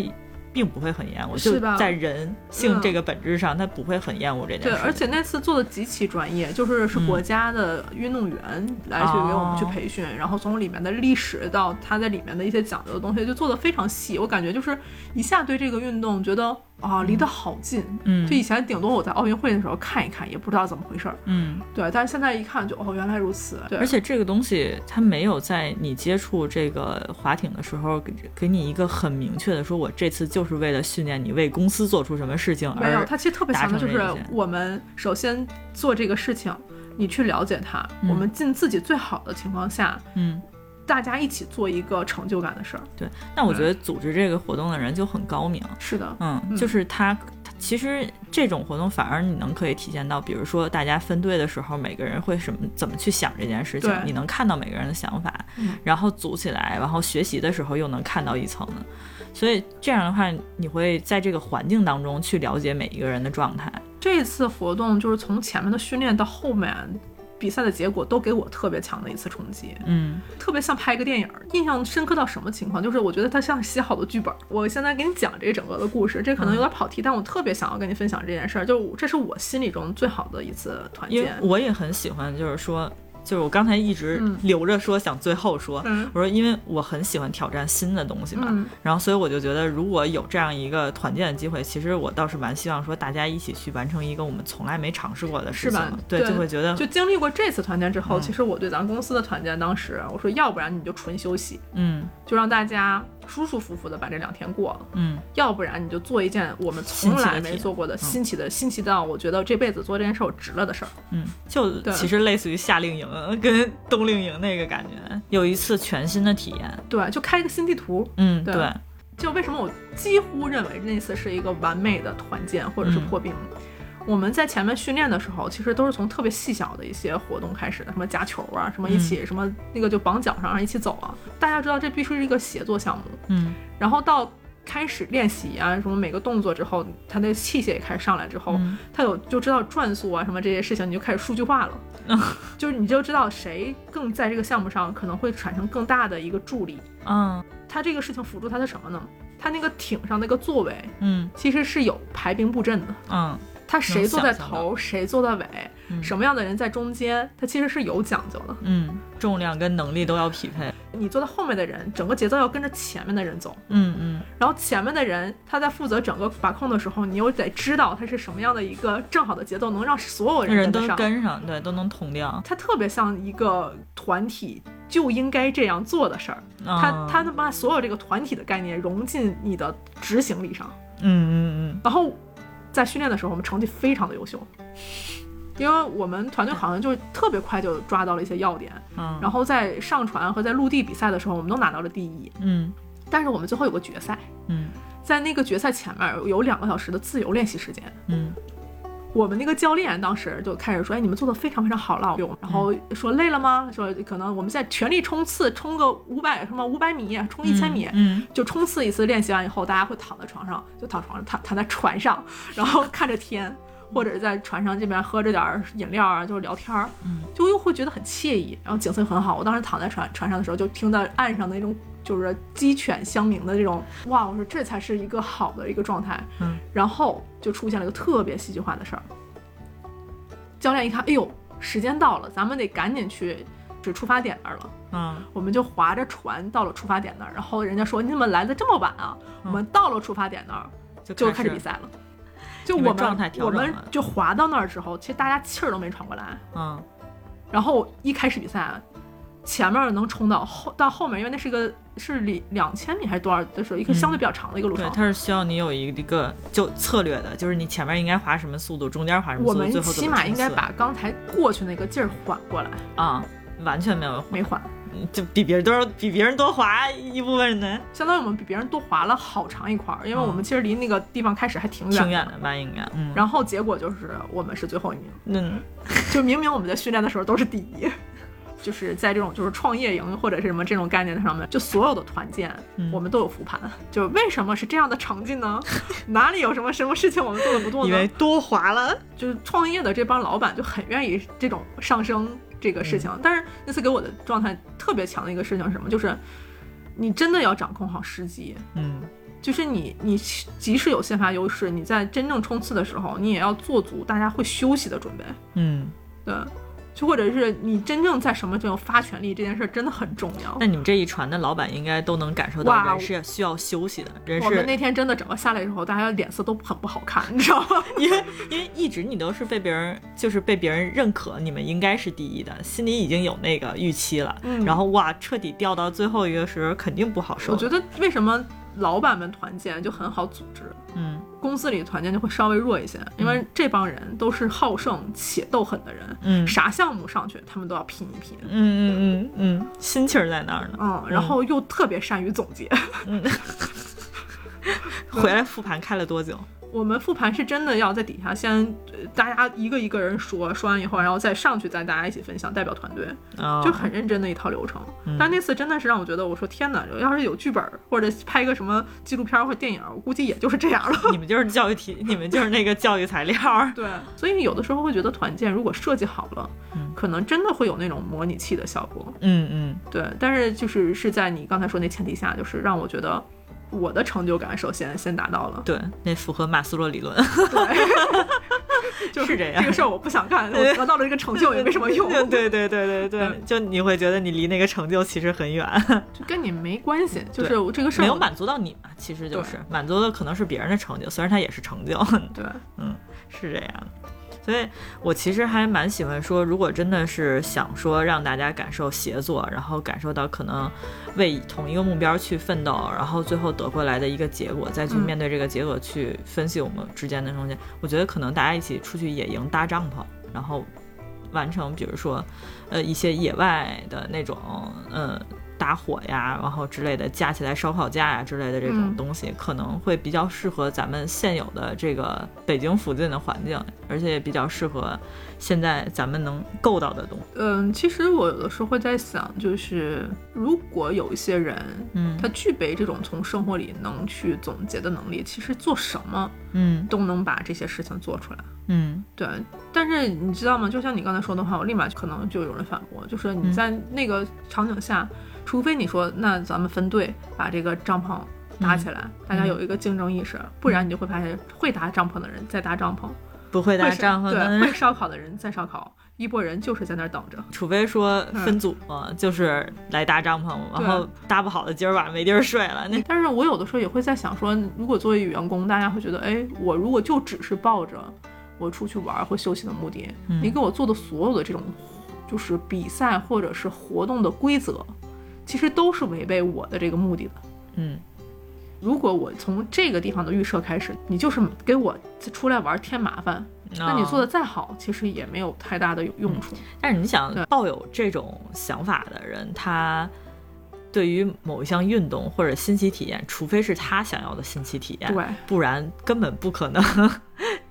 S2: 并不会很厌恶，就是
S1: 吧
S2: 在人性
S1: 嗯
S2: 这个本质上，他不会很厌恶这件事
S1: 对，
S2: 情。
S1: 而且那次做的极其专业，就是是国家的运动员来去给我们去
S2: 嗯哦
S1: 培训，然后从里面的历史到他在里面的一些讲究的东西，就做的非常细。我感觉就是一下对这个运动觉得啊离得好近，
S2: 嗯
S1: 就以前顶多我在奥运会的时候看一看，也不知道怎么回事儿，
S2: 嗯，
S1: 对，但是现在一看就哦原来如此，对，
S2: 而且这个东西它没有在你接触这个划艇的时候给给你一个很明确的说，我这次就是为了训练你为公司做出什么事情
S1: 没有，
S2: 而
S1: 他其实特别
S2: 达
S1: 强调
S2: 成
S1: 就是
S2: 这一些
S1: 我们首先做这个事情，你去了解它，
S2: 嗯
S1: 我们尽自己最好的情况下，
S2: 嗯。
S1: 大家一起做一个成就感的事儿。
S2: 对，那
S1: 嗯
S2: 我觉得组织这个活动的人就很高明，
S1: 是的，
S2: 嗯，就是他，他其实这种活动反而你能可以体现到，比如说大家分队的时候，每个人会什么怎么去想这件事情
S1: 对，
S2: 你能看到每个人的想法，
S1: 嗯
S2: 然后组起来，然后学习的时候又能看到一层的，所以这样的话，你会在这个环境当中去了解每一个人的状态，
S1: 这次活动就是从前面的训练到后面比赛的结果，都给我特别强的一次冲击，
S2: 嗯
S1: 特别像拍一个电影儿。印象深刻到什么情况？就是我觉得它像写好的剧本儿。我现在给你讲这整个的故事，这可能
S2: 嗯
S1: 有点跑题，但我特别想要跟你分享这件事儿，就是我这是我心里中最好的一次团
S2: 因为
S1: 建。
S2: 我也很喜欢，就是说，就是我刚才一直留着说想最后说，
S1: 嗯
S2: 我说因为我很喜欢挑战新的东西嘛，
S1: 嗯
S2: 然后所以我就觉得如果有这样一个团建的机会，其实我倒是蛮希望说大家一起去完成一个我们从来没尝试过的事
S1: 是
S2: 情
S1: 吧
S2: 嘛，？
S1: 对，
S2: 就会觉得
S1: 就经历过这次团建之
S2: 嗯
S1: 后，其实我对咱公司的团建，当时我说，要不然你就纯休息，
S2: 嗯
S1: 就让大家舒舒服服的把这两天过了；
S2: 嗯
S1: 要不然你就做一件我们从来没做过的
S2: 新
S1: 新奇的、嗯新奇到我觉得这辈子做这件事儿我值了的事儿。
S2: 嗯，就
S1: 对
S2: 其实类似于夏令营跟冬令营那个感觉，有一次全新的体验，
S1: 对，就开一个新地图。
S2: 嗯
S1: 对
S2: 对
S1: 就为什么我几乎认为那次是一个完美的团建或者是破冰。我们在前面训练的时候，其实都是从特别细小的一些活动开始的，什么夹球啊，什么一起、什么那个就绑脚上一起走啊。大家知道这必须是一个协作项目，
S2: 嗯
S1: 然后到开始练习啊，什么每个动作之后，他的器械也开始上来之后，
S2: 嗯
S1: 他有就知道转速啊什么这些事情，你就开始数据化了，
S2: 嗯
S1: 就是你就知道谁更在这个项目上可能会产生更大的一个助力。
S2: 嗯
S1: 他这个事情辅助他的什么呢？他那个艇上那个座位
S2: 嗯
S1: 其实是有排兵布阵的，
S2: 嗯
S1: 他谁坐在
S2: 能想象
S1: 头，谁坐在尾，
S2: 嗯
S1: 什么样的人在中间，他其实是有讲究的。
S2: 嗯，重量跟能力都要匹配，
S1: 你坐在后面的人，整个节奏要跟着前面的人走。
S2: 嗯嗯。
S1: 然后前面的人他在负责整个把控的时候，你又得知道他是什么样的一个正好的节奏，能让所有人
S2: 人
S1: 跟
S2: 都
S1: 得上。
S2: 跟上，对，都能同量。
S1: 他特别像一个团体就应该这样做的事儿，他
S2: 啊
S1: 他能把所有这个团体的概念融进你的执行力上。
S2: 嗯嗯
S1: 然后在训练的时候，我们成绩非常的优秀，因为我们团队好像就是特别快就抓到了一些要点，
S2: 嗯嗯，
S1: 然后在上船和在陆地比赛的时候，我们都拿到了第一。
S2: 嗯
S1: 但是我们最后有个决赛，
S2: 嗯
S1: 在那个决赛前面有两个小时的自由练习时间。
S2: 嗯
S1: 我们那个教练当时就开始说：“哎，你们做的非常非常好了。”然后说累了吗？说可能我们现在全力冲刺，冲个五百什么五百米，冲一千米，
S2: 嗯
S1: 就冲刺一次。练习完以后，大家会躺在床上，就躺床上躺躺在船上，然后看着天，或者是在船上这边喝着点儿饮料啊，就是聊天儿，
S2: 嗯
S1: 就又会觉得很惬意，然后景色很好。我当时躺在船船上的时候，就听到岸上的那种就是鸡犬相鸣的这种，哇！我说这才是一个好的一个状态。
S2: 嗯
S1: 然后就出现了一个特别戏剧化的事儿。教练一看，哎呦，时间到了，咱们得赶紧去，就出发点那儿了。
S2: 嗯
S1: 我们就划着船到了出发点那儿，然后人家说你怎么来的这么晚啊？我们到了出发点那儿
S2: 嗯，
S1: 就
S2: 开
S1: 开
S2: 始
S1: 始比。赛了。就
S2: 你
S1: 我
S2: 们
S1: 们
S2: 状态调
S1: 我
S2: 整
S1: 们
S2: 了
S1: 就划到那儿之后，其实大家气儿都没喘过来。
S2: 嗯
S1: 然后一开始比赛，前面能冲到后到后面，因为那是一个是里两千米还是多少的时候，一个相对比较长的一个路
S2: 对
S1: 程，。
S2: 它是需要你有一个就策略的，就是你前面应该滑什么速度，中间滑什么
S1: 我
S2: 速度，
S1: 们
S2: 最后怎
S1: 起
S2: 么
S1: 码
S2: 冲
S1: 应该
S2: 刺
S1: 把刚才过去那个劲儿缓过来，
S2: 啊、完全没有，
S1: 没缓，
S2: 就比别人多比别人多滑一部分人
S1: 相当于我们比别人多划了好长一块儿，因为我们其实离那个地方开始还挺远。
S2: 嗯挺远的吧，应该嗯，
S1: 然后结果就是我们是最后一名，
S2: 嗯
S1: 就明明我们在训练的时候都是第一，就是在这种就是创业营或者是什么这种概念上面，就所有的团建、
S2: 嗯
S1: 我们都有复盘，就为什么是这样的成绩呢？ 哪里有什么什么事情我们做的不对
S2: 因为
S1: 呢？
S2: 多滑了，
S1: 就是创业的这帮老板就很愿意这种上升这个事情，
S2: 嗯
S1: 但是那次给我的状态特别强的一个事情是什么，就是你真的要掌控好时机，
S2: 嗯
S1: 就是你，你即使有先发优势，你在真正冲刺的时候，你也要做足大家会休息的准备。
S2: 嗯。
S1: 对，就或者是你真正在什么时候发权力这件事儿真的很重要
S2: 那。你们这一船的老板应该都能感受到，
S1: 哇
S2: 人是需要休息的，人
S1: 我
S2: 是
S1: 们那天真的整个下来之后，大家脸色都很不好看，你知道吗？
S2: 因为因为一直你都是被别人就是被别人认可，你们应该是第一的，心里已经有那个预期了。
S1: 嗯
S2: 然后哇，彻底掉到最后一个时候，肯定不好受。
S1: 我觉得为什么老板们团建就很好组织，
S2: 嗯
S1: 公司里团建就会稍微弱一些，因为这帮人都是好胜且斗狠的人，
S2: 嗯
S1: 啥项目上去他们都要拼一拼。
S2: 嗯嗯嗯嗯，心气儿在那儿呢。
S1: 嗯，然后又特别善于总结。
S2: 回来复盘开了多久？
S1: 我们复盘是真的要在底下先，呃大家一个一个人说，说完以后，然后再上去，再大家一起分享，代表团队，
S2: 啊、
S1: 就很认真的一套流程。
S2: 嗯
S1: 但那次真的是让我觉得，我说天哪，要是有剧本儿或者拍个什么纪录片儿或者电影儿，我估计也就是这样了。
S2: 你们就是教育题，你们就是那个教育材料。
S1: 对，所以有的时候会觉得团建如果设计好了，可能真的会有那种模拟器的效果。
S2: 嗯嗯
S1: 对，但是就是是在你刚才说那前提下，就是让我觉得我的成就感首先先达 到了。
S2: 对，那符合马斯洛理论。
S1: 就是
S2: 这样
S1: 这个事儿我不想 干，我得到了一个成就也没什么用。
S2: 对对对对对，就你会觉得你离那个成就其实很远，
S1: 就跟你没关系，就
S2: 对
S1: 是我这个事儿
S2: 没有满足到你嘛，其实就是满足的可能是别人的成就，虽然它也是成就，
S1: 对，
S2: 是这样的。所以我其实还蛮喜欢说，如果真的是想说让大家感受协作，然后感受到可能为同一个目标去奋斗，然后最后得回来的一个结果，再去
S1: 嗯
S2: 面对这个结果去分析我们之间的中间，我觉得可能大家一起出去野营搭帐篷，然后完成，比如说，呃，一些野外的那种，呃。搭火呀，然后之类的，架起来烧烤架呀之类的这种
S1: 嗯
S2: 东西，可能会比较适合咱们现有的这个北京附近的环境，而且也比较适合现在咱们能够到的东西。
S1: 嗯，其实我有的时候会在想，就是如果有一些人，
S2: 嗯
S1: 他具备这种从生活里能去总结的能力，其实做什么
S2: 嗯
S1: 都能把这些事情做出来。
S2: 嗯
S1: 对，但是你知道吗？就像你刚才说的话，我立马可能就有人反驳，就是
S2: 嗯
S1: 你在那个场景下，除非你说那咱们分队把这个帐篷
S2: 嗯
S1: 搭起来，大家有一个竞争意识，不然你就会发现会搭帐篷的人在搭帐篷，
S2: 不会搭
S1: 会烧
S2: 帐篷
S1: 对，
S2: 的
S1: 会，烧烤的人在烧烤，一拨人就是在那儿等着。
S2: 除非说分组、呃就是来搭帐篷，然后搭不好的今儿晚上没地儿睡了。那
S1: 但是我有的时候也会在想说，如果作为员工，大家会觉得，哎，我如果就只是抱着我出去玩儿或休息的目的，你给我做的所有的这种就是比赛或者是活动的规则，其实都是违背我的这个目的的。
S2: 嗯
S1: 如果我从这个地方的预设开始，你就是给我出来玩儿添麻烦，那你做
S2: 的，
S1: 的再好，其实也没有太大的用处。
S2: 但是你想
S1: 对
S2: 抱有这种想法的人，他。对于某一项运动或者新奇体验，除非是他想要的新奇体验，
S1: 对，
S2: 不然根本不可能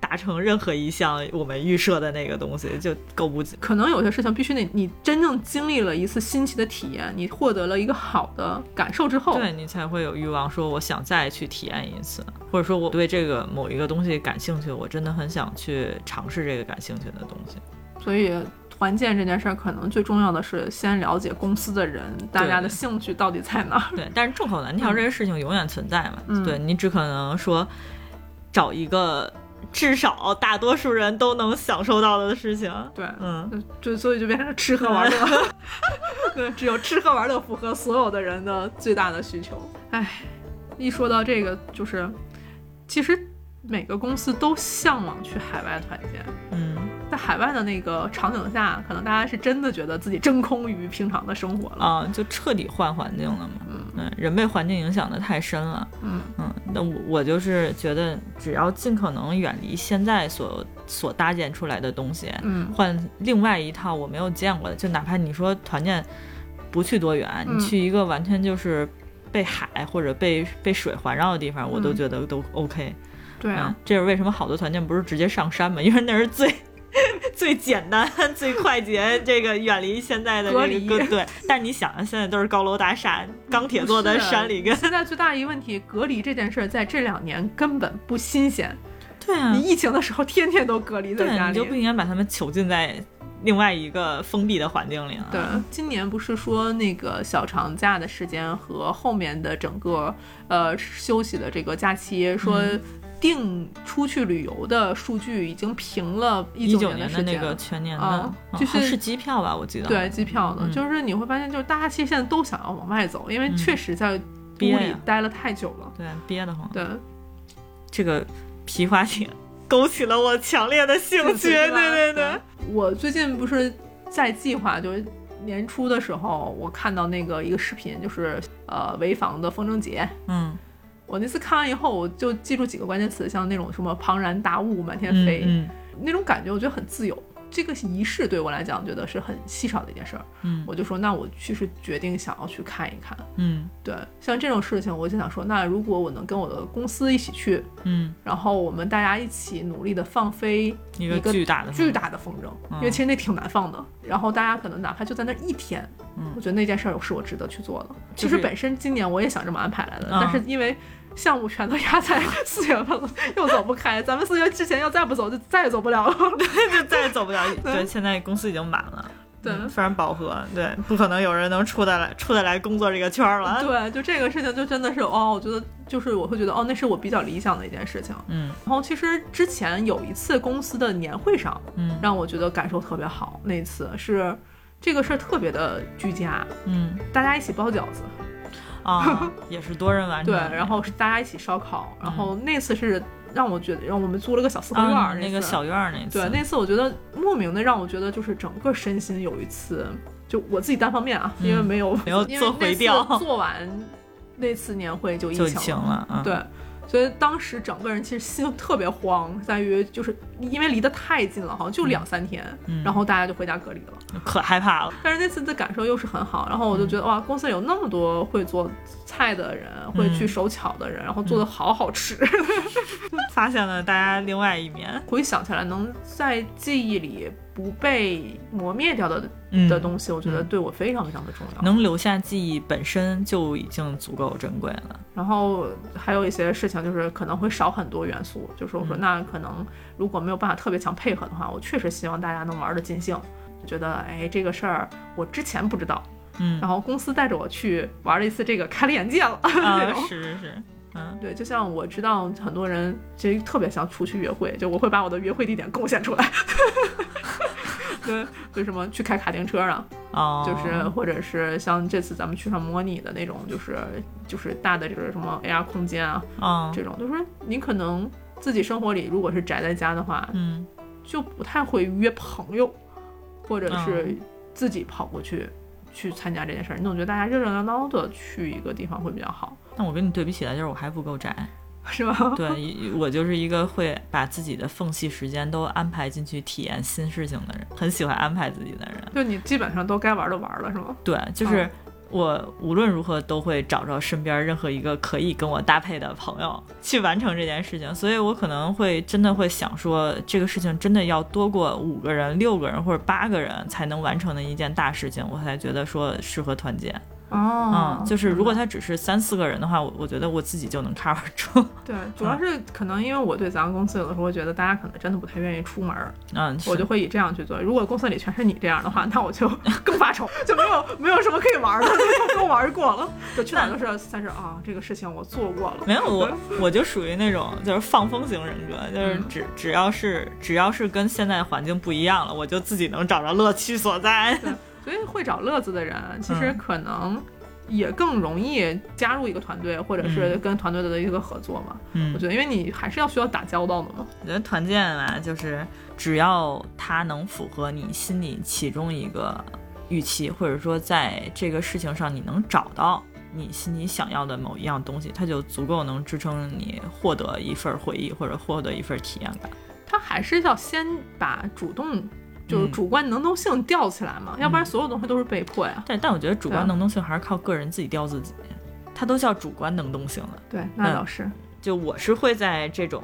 S2: 达成任何一项我们预设的那个东西，就够不紧。
S1: 可能有些事情必须得你真正经历了一次新奇的体验，你获得了一个好的感受之后，
S2: 对你才会有欲望，说我想再去体验一次，或者说我对这个某一个东西感兴趣，我真的很想去尝试这个感兴趣的东西。
S1: 所以团建这件事儿，可能最重要的是先了解公司的人，大家的兴趣到底在哪儿。
S2: 对，但是众口难调这个事情永远存在嘛，
S1: 嗯
S2: 对你只可能说找一个至少大多数人都能享受到的事情。
S1: 对，
S2: 嗯，
S1: 就就所以就变成了 吃喝玩乐，对，只有吃喝玩乐符合所有的人的最大的需求。唉，一说到这个，就是其实每个公司都向往去海外团建，
S2: 嗯，
S1: 大在海外的那个场景下，可能大家是真的觉得自己真空于平常的生活了。
S2: 啊，就彻底换环境了嘛。嗯，人被环境影响的太深了。
S1: 嗯
S2: 嗯，那我我就是觉得，只要尽可能远离现在所所搭建出来的东西，
S1: 嗯
S2: 换另外一套我没有见过的，就哪怕你说团建不去多远，
S1: 嗯
S2: 你去一个完全就是被海或者被被水环绕的地方，我都
S1: 嗯
S2: 觉得都 OK。
S1: 对啊
S2: 嗯，，这是为什么好多团建不是直接上山嘛？因为那是最 最简单、最快捷，这个远离现在的
S1: 隔
S2: 这
S1: 离
S2: 个对。但是你想啊，现在都是高楼大厦、钢铁做的
S1: 不是
S2: 山里跟
S1: 现在最大一个问题，隔离这件事儿在这两年根本不新鲜。
S2: 对啊
S1: 你，疫情的时候天天都隔离在
S2: 对
S1: 家
S2: 你就不
S1: 里。
S2: 应该把他们囚禁在另外一个封闭的环境里了。啊
S1: 对，今年不是说那个小长假的时间和后面的整个呃休息的这个假期，说
S2: 嗯
S1: 定出去旅游的数据已经平了一
S2: 一
S1: 九
S2: 九
S1: 的
S2: 年
S1: 时
S2: 的那
S1: 间
S2: 个
S1: 了。
S2: 全年的，
S1: 啊
S2: 啊
S1: 就是
S2: 是机票吧？我记得
S1: 对，机票的，
S2: 嗯
S1: 就是你会发现，就是大家其实现在都想要往外走，因为
S2: 嗯
S1: 确实在
S2: 憋
S1: 屋里
S2: 呀嗯
S1: 待了太久了。
S2: 对，憋得慌。
S1: 对，
S2: 这个皮划艇勾起了我强烈的兴趣，
S1: 兴趣
S2: 对
S1: 是吧
S2: 对对，
S1: 我最近不是在计划，就是年初的时候，我看到那个一个视频，就是呃潍坊的风筝节。
S2: 嗯，
S1: 我那次看完以后，我就记住几个关键词，像那种什么庞然大物满天
S2: 嗯
S1: 飞，
S2: 嗯
S1: 那种感觉，我觉得很自由。这个仪式对我来讲，觉得是很稀少的一件事儿。
S2: 嗯
S1: 我就说，那我去是决定想要去看一看。
S2: 嗯
S1: 对，像这种事情，我就想说，那如果我能跟我的公司一起去，
S2: 嗯，
S1: 然后我们大家一起努力的放飞
S2: 一
S1: 一
S2: 个
S1: 个
S2: 巨大的
S1: 巨大的风筝，
S2: 嗯
S1: 因为其实那挺难放的。然后大家可能哪怕就在那一天，
S2: 嗯
S1: 我觉得那件事儿是我值得去做的。
S2: 就
S1: 其
S2: 是
S1: 实本身今年我也想这么安排来的，
S2: 嗯
S1: 但是因为项目全都压 在四月份了，又走不开。咱们四月之前要再不走，就再也走不了了。
S2: 就 再也走不了。对，现在公司已经满了，
S1: 对
S2: 嗯非常饱和，对，不可能有人能出得来出得来工作这个圈儿了。
S1: 对，就这个事情，就真的是哦，我觉得就是我会觉得哦，那是我比较理想的一件事情。
S2: 嗯
S1: 然后其实之前有一次公司的年会上，
S2: 嗯
S1: 让我觉得感受特别好。那次是这个事儿特别的居家，
S2: 嗯
S1: 大家一起包饺子，
S2: 啊，也是多人完成
S1: 对，
S2: 的。
S1: 然后是大家一起烧烤，然后那次是让我觉得，让我们租了个小四合院
S2: 啊，
S1: 儿、
S2: 嗯那
S1: 次
S2: 个小院儿那次，
S1: 对，那次我觉得莫名的让我觉得就是整个身心有一次，就我自己单方面啊，因为没有
S2: 嗯没有
S1: 因为
S2: 做回调
S1: 那次做完那次年会就疫
S2: 就
S1: 情
S2: 行
S1: 了，
S2: 了，嗯，
S1: 对。所以当时整个人其实心特别慌，在于就是因为离得太近了，好像就两三天，
S2: 嗯
S1: 然后大家就回家隔离了。
S2: 可害怕了。
S1: 但是那次的感受又是很好，然后我就
S2: 嗯
S1: 觉得、哇，公司有那么多会做菜的人，会
S2: 嗯
S1: 去手巧的人，然后做的好好吃。
S2: 发现了大家另外一面，
S1: 回想起来，能在记忆里不被磨灭掉的、
S2: 嗯
S1: 的东西，我觉得对我非常非常的重要。
S2: 能留下记忆本身就已经足够珍贵了。
S1: 然后还有一些事情，就是可能会少很多元素，就是我
S2: 嗯
S1: 说那可能如果没有办法特别强配合的话，我确实希望大家能玩的尽兴。觉得哎，这个事儿我之前不知道，
S2: 嗯
S1: 然后公司带着我去玩了一次这个，开了眼界了。
S2: 啊
S1: 这，种
S2: 是是是，嗯，
S1: 对，就像我知道很多人其实特别想出去约会，就我会把我的约会地点贡献出来。 对，就什么去开卡丁车啊，
S2: 哦，
S1: 就是或者是像这次咱们去上模拟的那种，就是就是大的这个什么 AR 空间啊，
S2: 嗯
S1: 这种就是你可能自己生活里如果是宅在家的话，
S2: 嗯
S1: 就不太会约朋友，或者
S2: 嗯
S1: 是自己跑过去去参加这件事儿。你总觉得大家热热闹闹的去一个地方会比较好，
S2: 那我跟你对比起来，就是我还不够 宅。
S1: 是吧？
S2: 对我就是一个会把自己的缝隙时间都安排进去体验新事情的人，很喜欢安排自己的人。
S1: 就你基本上都该玩的玩了，是吗？
S2: 对，
S1: 嗯
S2: 就是我无论如何都会找着身边任何一个可以跟我搭配的朋友去完成这件事情，所以我可能会真的会想说，这个事情真的要多过五个人、六个人或者八个人才能完成的一件大事情，我才觉得说适合团建。
S1: 哦
S2: 嗯，就是如果他只是三四个人的话，我我觉得我自己就能 cover 住。
S1: 对，主要
S2: 嗯
S1: 是可能因为我对咱们公司有的时候觉得大家可能真的不太愿意出门儿，
S2: 嗯，
S1: 我
S2: 是
S1: 就会以这样去做。如果公司里全是你这样的话，那我就 更发 愁，就没有没有什么可以玩儿的，都玩过了，就去哪儿都是三十啊，这个事情我做过了。
S2: 没有我，我就属于那种就是放风型人格，就是
S1: 嗯
S2: 只只要是只要是跟现在环境不一样了，我就自己能找着乐趣所在。
S1: 所以会找乐子的人，其实可能也更容易加入一个团队，或者是跟团队的一个合作嘛。
S2: 嗯
S1: 我，觉得，因为你还是要需要打交道的嘛。
S2: 我觉得团建啊，就是只要它能符合你心里其中一个预期，或者说在这个事情上你能找到你心里想要的某一样东西，它就足够能支撑你获得一份回忆或者获得一份体验感。
S1: 他还是要先把主动，就是
S2: 嗯
S1: 主观能动性吊起来嘛，要不然所有东西都是被迫呀。
S2: 但但我觉得主
S1: 对啊
S2: 观能动性还是靠个人自己雕自己，它都叫主观能动性了。
S1: 对，那倒是。
S2: 就我是会在这种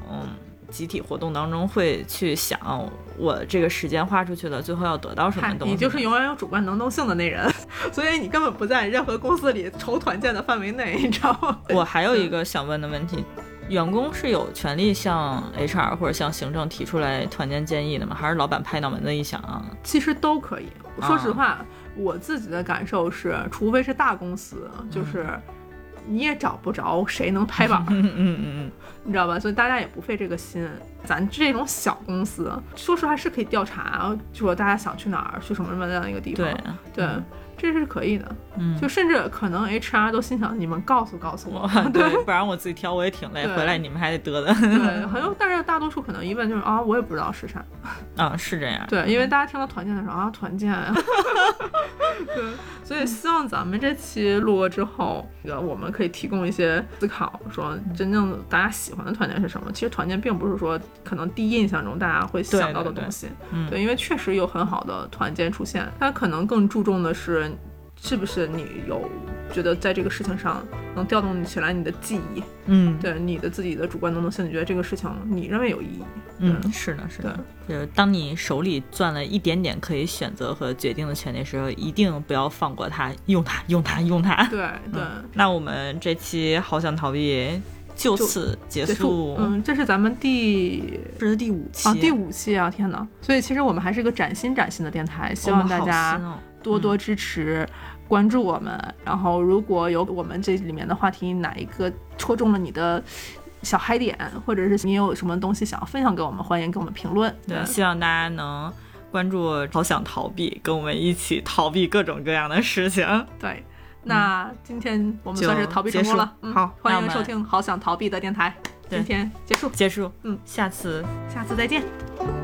S2: 集体活动当中会去想，我这个时间花出去了，最后要得到什
S1: 嗨
S2: 么，东西。
S1: 你就是永远有主观能动性的那人， 所以你根本不在任何公司里筹团建的范围内， 你知道吗？
S2: 我还有一个想问的问题，员工是有权利向 HR 或者向行政提出来团建建议的吗？还是老板拍脑门子一想啊？
S1: 其实都可以。
S2: 啊
S1: 说实话，我自己的感受是，除非是大公司，就是你也找不着谁能拍板儿，
S2: 嗯嗯嗯
S1: 你知道吧？所以大家也不费这个心。咱这种小公司，说实话是可以调查，就说大家想去哪儿，去什么什么样的一个地
S2: 嗯，
S1: 方。
S2: 对，
S1: 对这是可以的。
S2: 嗯
S1: 就甚至可能 HR 都心想，你们告诉告诉 我。
S2: 我对，不然我自己挑我也挺累，
S1: 对
S2: 回来你们还得嘚 嘚。
S1: 对，很有，但是大多数可能一问就是啊，我也不知道是啥。
S2: 啊，是这样。
S1: 对，因为大家听到团建的时候啊，团建 啊。对，所以希望咱们这期录过之后，呃，我们可以提供一些思考，说真正大家喜欢的团建是什么？其实团建并不是说可能第一印象中大家会想到的东西，
S2: 嗯
S1: 对，因为确实有很好的团建出现，它可能更注重的是是不是你有觉得在这个事情上能调动起来你的记忆，
S2: 嗯
S1: 对你的自己的主观能动性，你觉得这个事情你认为有意义，
S2: 嗯，是的，是的。就是当你手里攥了一点点可以选择和决定的权利的时候，一定不要放过它，用它，用它，用它。
S1: 对对。
S2: 那我们这期好想逃避就
S1: 就
S2: 此结
S1: 结
S2: 束，
S1: 嗯，这是咱们第
S2: 这是第五期
S1: 啊第五期啊，天哪！所以其实我们还是个崭新崭新的电台，希望大
S2: 我
S1: 家
S2: 们好新哦嗯
S1: 多多支持、关注我们。然后如果有我们这里面的话题哪一个戳中了你的小嗨点，或者是你有什么东西想要分享给我们，欢迎给我们评论。嗯
S2: 对，啊希望大家能关注“好想逃避”，跟我们一起逃避各种各样的事情。
S1: 对，那今天我们
S2: 就
S1: 算是逃避成
S2: 结
S1: 功
S2: 束
S1: 了。嗯，
S2: 好那
S1: 欢
S2: 我
S1: 迎
S2: 们
S1: 收听《好想逃避》的电台。
S2: 对
S1: 今天结束，
S2: 结束，
S1: 嗯，
S2: 下次
S1: 下次再见。
S2: 拜